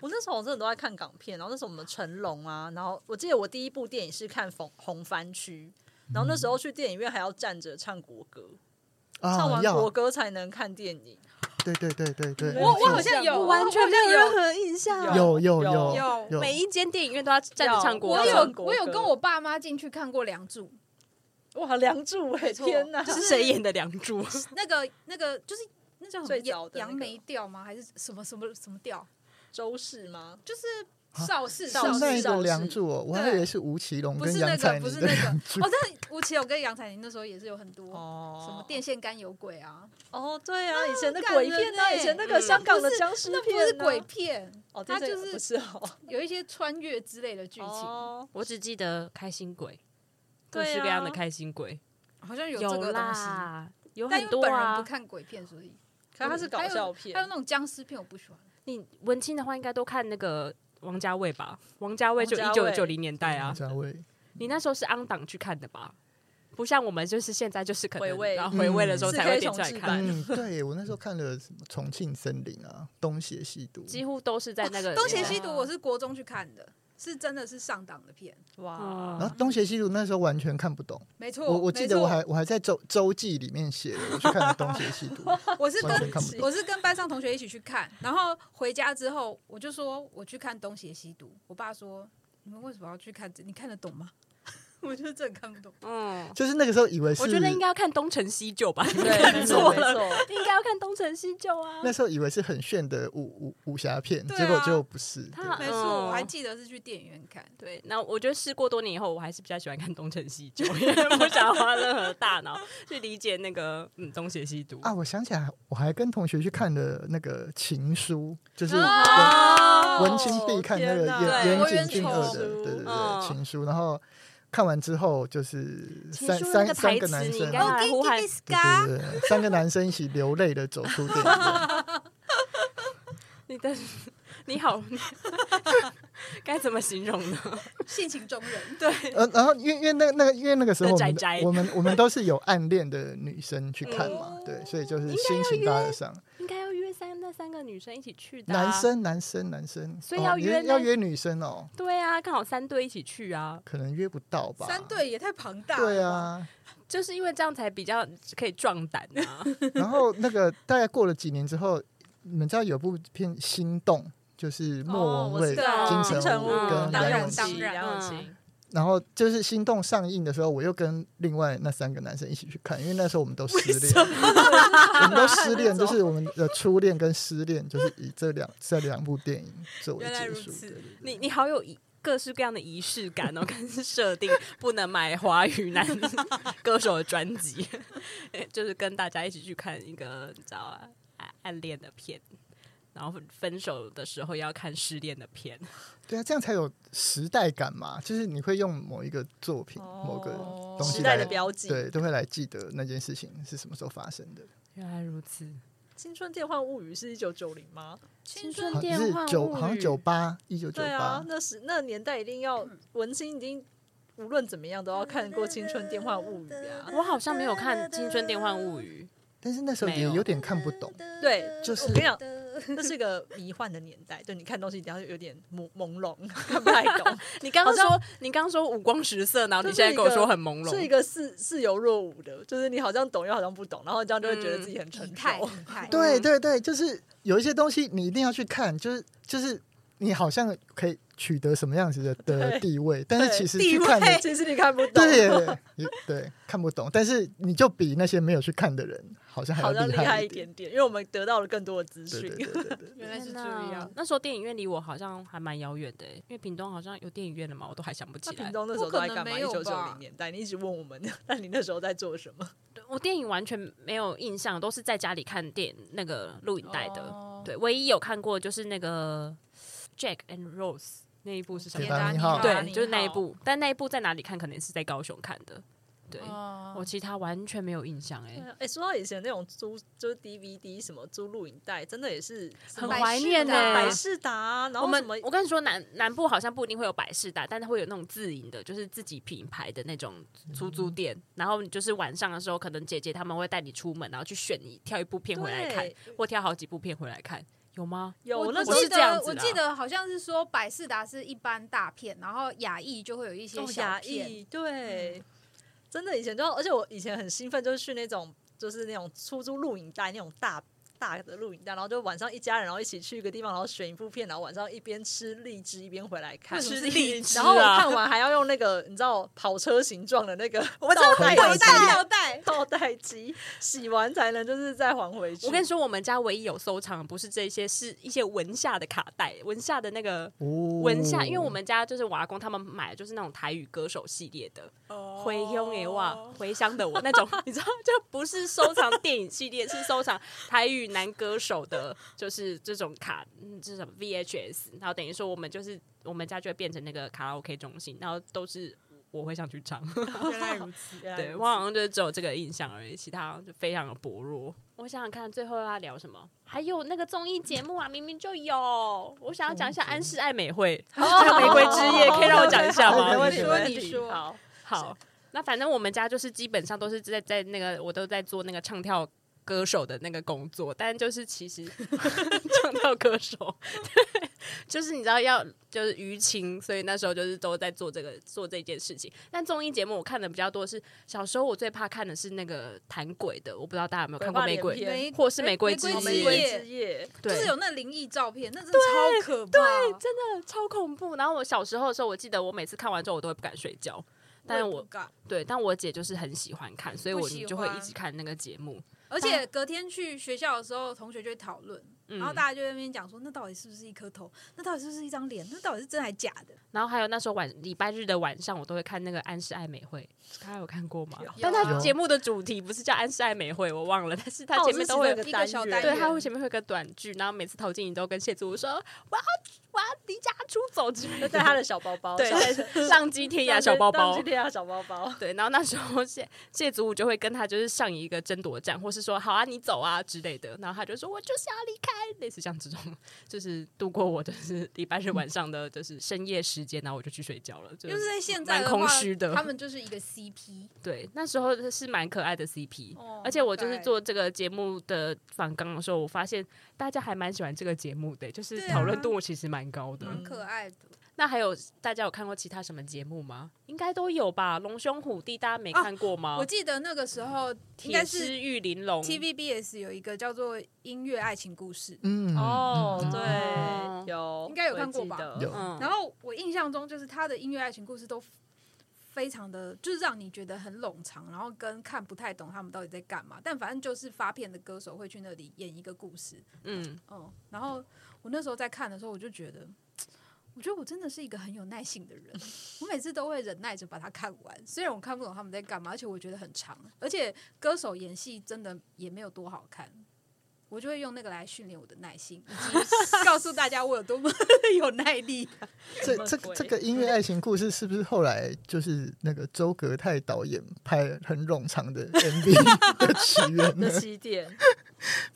我那时候我真的都在看港片，然后那时候我们成龙啊，然后我记得我第一部电影是看《红红番区》，嗯然后那时候去电影院还要站着唱国歌，唱啊，完国要歌才能看电影。对对对对对，我我没好错像有，我完全我好没有像任有何印象。啊有有有有有每一间电影院都要站着唱国我有歌唱有国我有歌跟我爸妈进去看过《梁祝》，哇，梁祝哎，没错天哪！是谁演的《梁祝》？那个那个就是那叫什么最早的那杨个杨梅调吗？还是什么什么什么调？周氏吗？就是啊邵氏是邵是氏那一少个时梁祝哦，我还以为是吴奇隆不跟是那杨个采不妮是的 那个梁祝哦，，但吴奇隆跟杨采妮那时候也是有很多哦什么电线杆有鬼啊，哦，对啊，以前的感鬼人片啊，以欸前那个嗯香港的不是僵尸那片不啊，是鬼片，哦，它这就个是不是哦，有一些穿越之类的剧情，哦 我只记得开心鬼，各对式各样的啊开心鬼，好像有这有个东西。啦，有但很因为多本人不啊。看鬼片，所以可它是搞笑片还有那种僵尸片，我不喜欢。你文青的话，应该都看那个王家卫吧？王家卫就一王家九卫九零年代啊王，家卫 你那时候是昂档去看的吧？不像我们，就是现在就是可能回味然后回味的时候嗯才会点出来 4K 重置看版，嗯，对我那时候看了什么《重庆森林》啊，《东邪西毒》，几乎都是在那个啊《东邪年代西毒》我是国中去看的，是真的是上档的片，哇，嗯然后《东邪西毒》那时候完全看不懂，没错。我我记得没错我还我还在周周记里面写了，我去看了《东邪西毒》， 我是完全跟看不 懂。我是跟班上同学一起去看，然后回家之后我就说我去看《东邪西毒》，我爸说你们为什么要去看这？你看得懂吗？ 我就真的看不懂。嗯，就是那个时候以为是，我觉得应该要看东成西就吧，对，没错错没了错，应该要看东成西就啊。那时候以为是很炫的武武武侠片，对啊结果就不是。他对没错，嗯我还记得是去电影院看。对，那我觉得事过多年以后，我还是比较喜欢看东成西就，因为不想花任何大脑去理解那个嗯东邪西毒啊，我想起来，我还跟同学去看了那个《情书》，就是啊哦文、文青必看那天个哪岩岩对井俊二的，我对冤仇对对，嗯《情书》。然后看完之后，就是情三书那三个三台个词男你生应，该哦要来呼喊 Okiki 对 Ska 对对对，三个男生一起流泪的走出电影院。你的你好， 该怎么形容呢？性情中人，呃，然后因为因为那个那个因为那个时候我们那宅宅我们我们都是有暗恋的女生去看嘛，对，所以就是心情搭得上。应该要约三那三个女生一起去的、啊男。生男生男生，所以哦要你约那要约女生哦，对啊，刚好三队一起去啊，可能约不到吧。三对也太庞大了。对，啊，就是因为这样才比较可以壮胆 啊。 然后那个大概过了几年之后，你们知道有部片《心动》，就是莫哦，文我知蔚，道金金城城武武跟当梁咏然琪当然嗯梁咏琪，然后就是《心动》上映的时候，我又跟另外那三个男生一起去看，因为那时候我们都失恋，我们都失恋，就是我们的初恋跟失恋，就是以这两这两部电影作为原来结如束。此对对对你你好有仪各式各样的仪式感哦， 跟设定不能买华语男 歌手的专辑， 就是跟大家一起去看一个你知道啊暗暗恋的片，然后分手的时候要看失恋的片，对啊，这样才有时代感嘛，就是你会用某一个作品、哦某个东西时代的来标记，对，都会来记得那件事情是什么时候发生的。原来如此。 《青春电幻物语》是一九九零吗？青春好春电像是话九，物好像语九八一九九对啊八，，那时那年代一定要文青，一定无论怎么样都要看过《青春电幻物语》啊。我好像没有看《青春电幻物语但是那时候没也有有点看不懂，对，就是我跟你讲，那是个迷幻的年代，对你看东西一定要有点朦朦胧，看不太懂，》。 你刚刚好像说你刚刚说五光十色，然后你就是现在跟我一个说很朦是一胧，个似似有若无的，就是你好像懂又好像不懂，然后这样就会觉得自己很成体熟。 态体态，对对对，就是有一些东西你一定要去看，就是就是你好像可以取得什么样 子的的对地位，但是对其实地去看位的其实你看不懂， 对耶也对看不懂，但是你就比那些没有去看的人好像还要好像厉害害一点。点点，因为我们得到了更多的资对讯。对对 对对，原来是这天哪样。那时候电影院离我好像还蛮遥远的，欸因为屏东好像有电影院的嘛，我都还想不那起来屏。东那时候都在干不可嘛？能没一有九九吧零年代，你一直问我们，那你那时候在做什 么？我电影完全没有印象，都是在家里看电影那个录影带的。哦对，唯一有看过就是那个 Jack and Rose 那一部是什铁么？达尼号对，就是那一。部。但那一部在哪里看？可能是在高雄看的。对，哦我其他完全没有印象哎、对啊，哎、说到以前那种租，就是 DVD 什么租录影带，真的也是什很么怀念呢、百事达啊、然我后们什么，我跟你说，南南部好像不一定会有百事达，但它会有那种自营的，就是自己品牌的那种出租店。然后你就是晚上的时候，可能姐姐他们会带你出门，然后去选你挑一部片回来看对，或挑好几部片回来看，有吗？有我那时我候是记这样得子的我记得好像是说百事达是一般大片，然后雅艺就会有一些哦小亚片。裔，对，嗯真的以前就，而且我以前很兴奋，就是去那种就是那种出租录影带那种大大的录影带，然后就晚上一家人，然后一起去一个地方，然后选一部片，然后晚上一边吃荔枝一边回来看。吃荔枝然后我啊看！完还要用那个你知道跑车形状的那个我倒带回机啊带倒带，倒带机，洗完才能就是再还回去。我跟你说，我们家唯一有收藏的不是这些，是一些文夏的卡带，文夏的那个文夏，因为我们家就是我阿公他们买的就是那种台语歌手系列的，回乡的哦我，回乡的我那 种，你知道，就不是收藏电影系列，是收藏台语男歌手的，就是这种卡，嗯，这种 VHS，然后等于说我们就是我们家就会变成那个卡拉 OK 中心，然后都是我会上去 唱，原来如此。原来 对如我好像就只有这个印象而已，其他就非常的薄弱。我想想看，最后要聊什么？还有那个综艺节目啊，明明就有，我想要讲一下安室爱美惠，哦还有玫瑰之夜，可以让我讲一下 吗？好好没好问题没你说问你题说好，好，那反正我们家就是基本上都是在在那个我都在做那个唱跳歌手的那个工作，但就是其 实唱跳歌手， 对，就是你知道要就是舆情，所以那时候就是都在做这个做这件事情。但综艺节目我看的比较多是小时候我最怕看的是那个弹鬼的，我不知道大家有没有看过鬼《话玫连瑰》篇玫或是哎玫瑰之玫哦夜玫瑰瑰之之夜，对，就是有那灵异照片，那真的超可怕。对，真超恐怖。然后我小时候的时候，我记得我每次看完之后我都会不敢睡觉，但我对，但我姐就是很喜欢看，所以不我喜就会一欢直看那个节目。而且隔天去学校的时候，同学就会讨论，嗯然后大家就在那边讲说，那到底是不是一颗头？那到底是不是一张脸？那到底是真还假的？然后还有那时候晚礼拜日的晚上，我都会看那个《安室爱美惠》，大家有看过吗有？但有它啊节目的主题不是叫《安室爱美惠》，我忘了，但是它前面都会会有有。一个小单元对，它会前面会有个短剧，然后每次陶晶莹都跟谢祖武说：“我要我要离家出走之类就的。”带他的小包 包，对小浪迹天涯小包包当。天他的小包包，对，然后那时候谢谢祖武就会跟他就是上一个争夺战，或是说好啊你走啊之类的，然后他就说我就是要离开，类似像这种，就是度过我就是 礼拜日晚上的就是深夜时间，然后我就去睡觉了，就就是在现在的蛮话空虚的他们就是一个 CP，对，那时候是蛮可爱的 CP，、哦而且我就是可爱做这个节目的访纲的时候，我发现大家还蛮喜欢这个节目的，就是对啊嗯讨论度其实蛮高的。蛮可爱的。那还有大家有看过其他什么节目吗？应该都有吧，《龙兄虎弟》大家没啊看过吗？我记得那个时候应铁该是狮玉玲珑 TVBS 有一个叫做《音乐爱情故事》，嗯哦，嗯嗯对，哦有应该有我看过记吧得有嗯，然后我印象中就是他的音乐爱情故事都非常的，就是让你觉得很冗长，然后跟看不太懂他们到底在干嘛。但反正就是发片的歌手会去那里演一个故事，嗯，嗯。然后我那时候在看的时候，我就觉得。我觉得我真的是一个很有耐性的人，我每次都会忍耐着把它看完。虽然我看不懂他们在干嘛，而且我觉得很长，而且歌手演戏真的也没有多好看，我就会用那个来训练我的耐心，以及告诉大家我有多么 有耐力。这什么这个鬼这个音乐爱情故事是不是后来就是那个周格泰导演拍很冗长的 MV 的起源的？呢起点，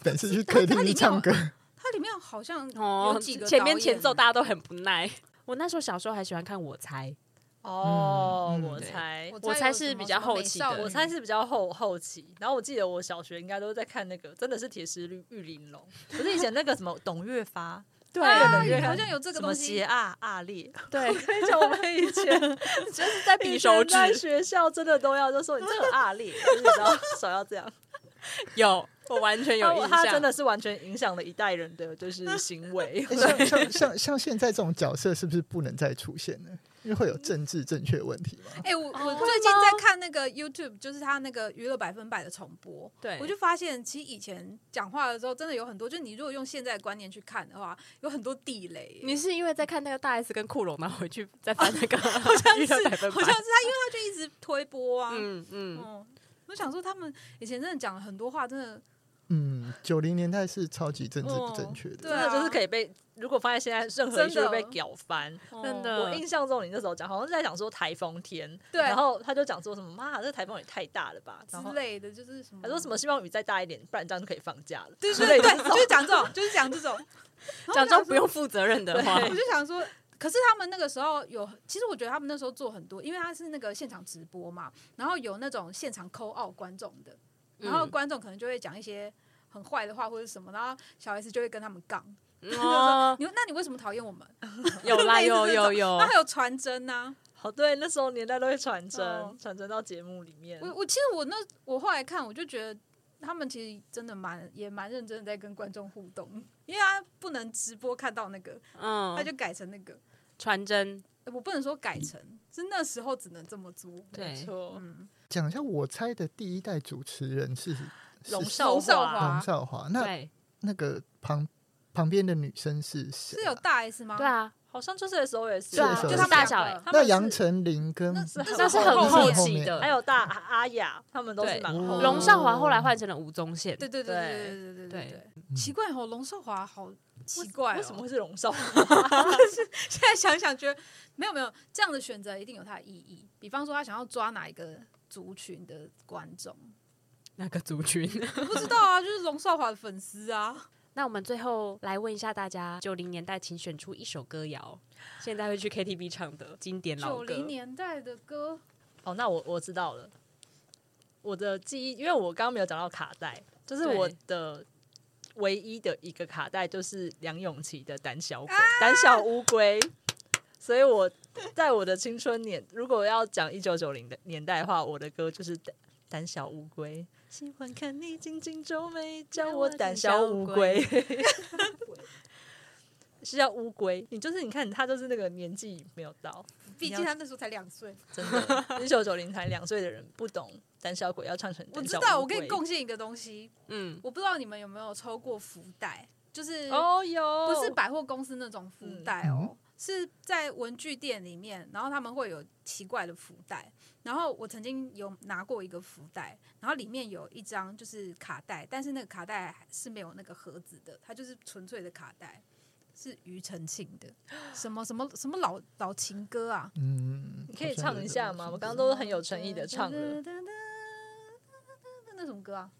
每次去 KTV 唱歌，它里面好像嗯有哦几个，前面导演前奏大家都很不耐。 我那时候小时候还喜欢看《我猜》，哦嗯，我对猜。我猜有是什么比较什么后美期少的女我猜是比较后后期，然后我记得我小学应该都在看那个，真的是《铁石绿玉玲珑》，不是以前那个什么董月 发，对啊对好像有这个什么东邪西。啊啊 烈，对，跟你讲，我们以前 就是在比手以指前，在学校真的都要就说你这很啊烈，就是你知道手要这 样，有，我完 全有印他象。啊他真的是完全影响了一代人的就是行为 诶，像像像像现在这种角色是不是不能再出现呢？因为会有政治正确问题嘛。哎、我我哦最近在看那个 YouTube，就是他那个娱乐百分百的重播，对，我就发现其实以前讲话的时候，真的有很多，就是你如果用现在的观念去看的话，有很多地雷、 你是因为在看那个大 S 跟库龙，然后回去再翻那个好像是百分好像是他，因为他就一直推播啊。嗯，嗯嗯，我想说他们以前真的讲了很多话，真的嗯，九零年代是超级政治不正确的。对啊真的就是可以被，如果放在现在，任何一句真的会被屌翻。真哦的我印象中你那时候讲，好像是在讲说台风天，对然后他就讲说什么妈，这台风也太大了吧，然后哦之类的，就是什么他说什么希望雨再大一点，不然这样就可以放假了。对对对，就是讲这种，就是讲这种，假装不用负责任的话，我就想说，可是他们那个时候有，其实我觉得他们那时候做很多，因为他是那个现场直播嘛，然后有那种现场扣奥观众的，然后嗯观众可能就会讲一些很坏的话或者什么，然后小 S 就会跟他们杠，哦，你那你为什么讨厌我们？有啦，有有有那，还有传真呐、好，对，那时候年代都会传真哦，传真到节目里面我。我其实我那我后来看我就觉得。他们其实真的蛮也蛮认真的在跟观众互动，因为他不能直播看到那个，他嗯，就改成那个。传真，呃我不能说改成，是那时候只能这么做。没对，错，嗯，讲一下我猜的第一代主持人是龙是少龙少华华龙少华，那对，那个旁旁边的女生是谁是有啊？大 S 吗？对，啊，好像就是 S O S，对啊就就他们大两小个欸他那们是杨丞琳跟那是那那是很很后后期期的的。还有大阿雅，他们都是蛮哦红龙少华后来换成了吴宗宪，对对对对对对对对，奇怪哦，龙少华好奇怪、哦，为什么会是龙少华？现在想想觉得没有没有这样的选择一定有它的意义。比方说，他想要抓哪一个族群的观众，那个族群。不知道啊，就是龙少华的粉丝啊。那我们最后来问一下大家，九零年代请选出一首歌谣，现在会去 KTV 唱的经典老九歌零。年代的歌，哦，那我我知道了。我的记忆，因为我刚刚没有讲到卡带，就是对我的唯一的一个卡带就是梁咏琪的《胆小鬼》胆小乌龟》，所以我在我的青春年，如果要讲一九九零的年代的话，我的歌就是胆《胆小乌龟》。喜欢看你紧紧皱眉，叫我胆小乌龟。 是叫乌龟，你就是你看他就是那个年纪没有到，毕竟他那时候才两岁。真 的，一九九零才两岁的人不懂胆小鬼要唱成我胆知小道，乌我给你龟贡献一个东西，嗯，我不知道你们有没有抽过福袋，就是哦，有不是百货公司那种福袋哦，是在文具店里面，然后他们会有奇怪的福袋。然后我曾经有拿过一个福袋，然后里面有一张就是卡带，但是那个卡带是没有那个盒子的，它就是纯粹的卡带，是庾澄庆的，什么什么什么老老情歌啊，嗯，你可以好像唱有一这下种吗？情我刚刚况嗯都很有诚意的唱了，。那什么歌啊？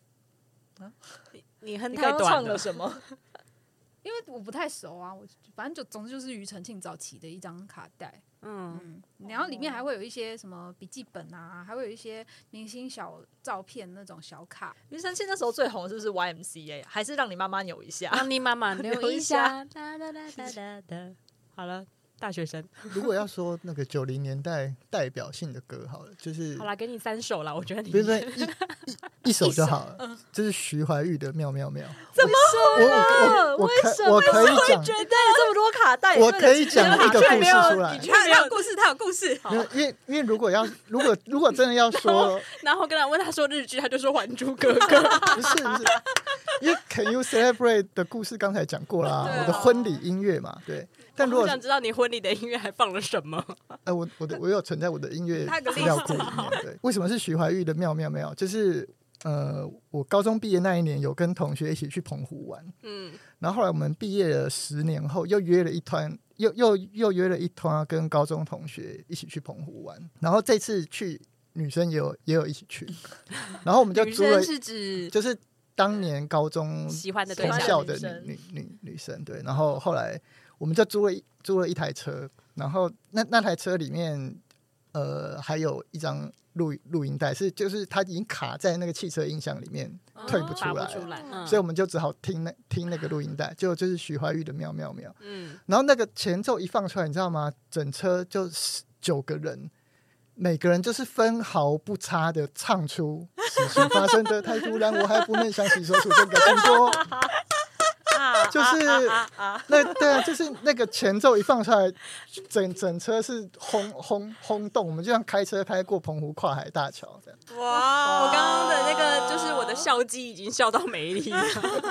你哼你嗯太刚刚短唱了了，什么？ 因为我不太熟啊，我反正就总之就是庾澄庆早期的一张卡带。嗯，嗯，然后里面还会有一些什么笔记本啊，还会有一些明星小照片那种小卡。庾澄庆那时候最红是不是 YMCA？还是让你妈妈扭一下？让你妈妈留留一一下 下。哒哒哒哒哒哒好了，大学生，如果要说那个九零年代代表性的歌，好了，就是嗯好啦，给你三首啦，我觉得你不是说一一一首就好了，就是徐怀钰的《妙妙妙》。怎么呢我我我啊为什可么我可以讲，觉得有这么多卡带，我可以讲一个故没有事出来你。他有故事，他有故事。没有，因为因为如果要如果 如果真的要说，然后跟他问他说日剧，他就说《还珠格格》不是不是，因为 Can You Celebrate 的故事刚才讲过啦，对啊我的婚礼音乐嘛，对。但如我果想知道你婚礼的音乐还放了什么？呃，我我的我有存在我的音乐他有个资料 list 库里面。对，为什么是徐怀钰的《妙妙妙》？就是呃，我高中毕业那一年，有跟同学一起去澎湖玩，嗯，然后后来我们毕业了十年后，又约了一团，又又又约了一团跟高中同学一起去澎湖玩。然后这次去，女生也有也有一起去，然后我们就女租了生，是指就是当年高中喜欢的对同喜欢象校的女的生女女女女生，对。然后后来我们就租了一租了一台车，然后那那台车里面呃还有一张录录音带，是就是它已经卡在那个汽车音响里面退不出嗯发不来出来，嗯所以我们就只好听那听那个录音带，就就是徐怀钰的《喵喵喵》，嗯，然后那个前奏一放出来，你知道吗？整车就是九个人，每个人就是分毫不差的唱出事情发生的太突然，我还不能详细说出这个，请多。啊就是啊啊！那对啊，就是那个前奏一放出来，整整车是轰轰轰动，我们就像开车开过澎湖跨海大桥这样。哇！我刚刚的那个就是我的笑肌已经笑到没力了。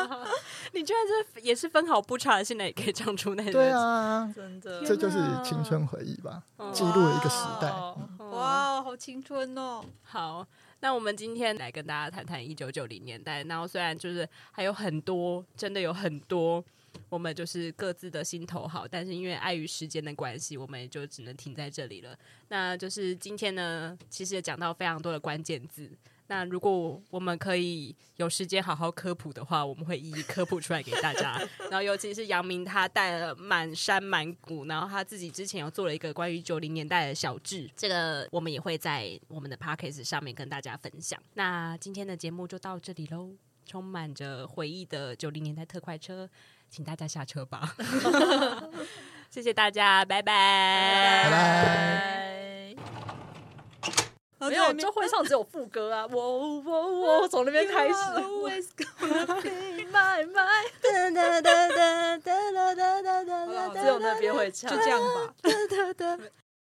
你居然这也是分毫不差，现在也可以唱出那个对，啊， 真的这就是青春回忆吧，嗯记录了一个时代。哦哇！哇，好青春哦！好，那我们今天来跟大家谈谈一九九零年代。然后虽然就是还有很多，真的有很多。我们就是各自的心头好，但是因为碍于时间的关系，我们也就只能停在这里了。那就是今天呢，其实也讲到非常多的关键字。那如果我们可以有时间好好科普的话，我们会一一科普出来给大家。然后尤其是杨明，他带了满山满谷，然后他自己之前有做了一个关于九零年代的小志，这个我们也会在我们的 p a c k a g e 上面跟大家分享。那今天的节目就到这里喽，充满着回忆的九零年代特快车，请大家下车吧。 谢谢大家，拜拜拜拜拜。没有，就会唱只有副歌啊，我我我从那边开始。My my，好了好了只有那边会唱，就这样吧。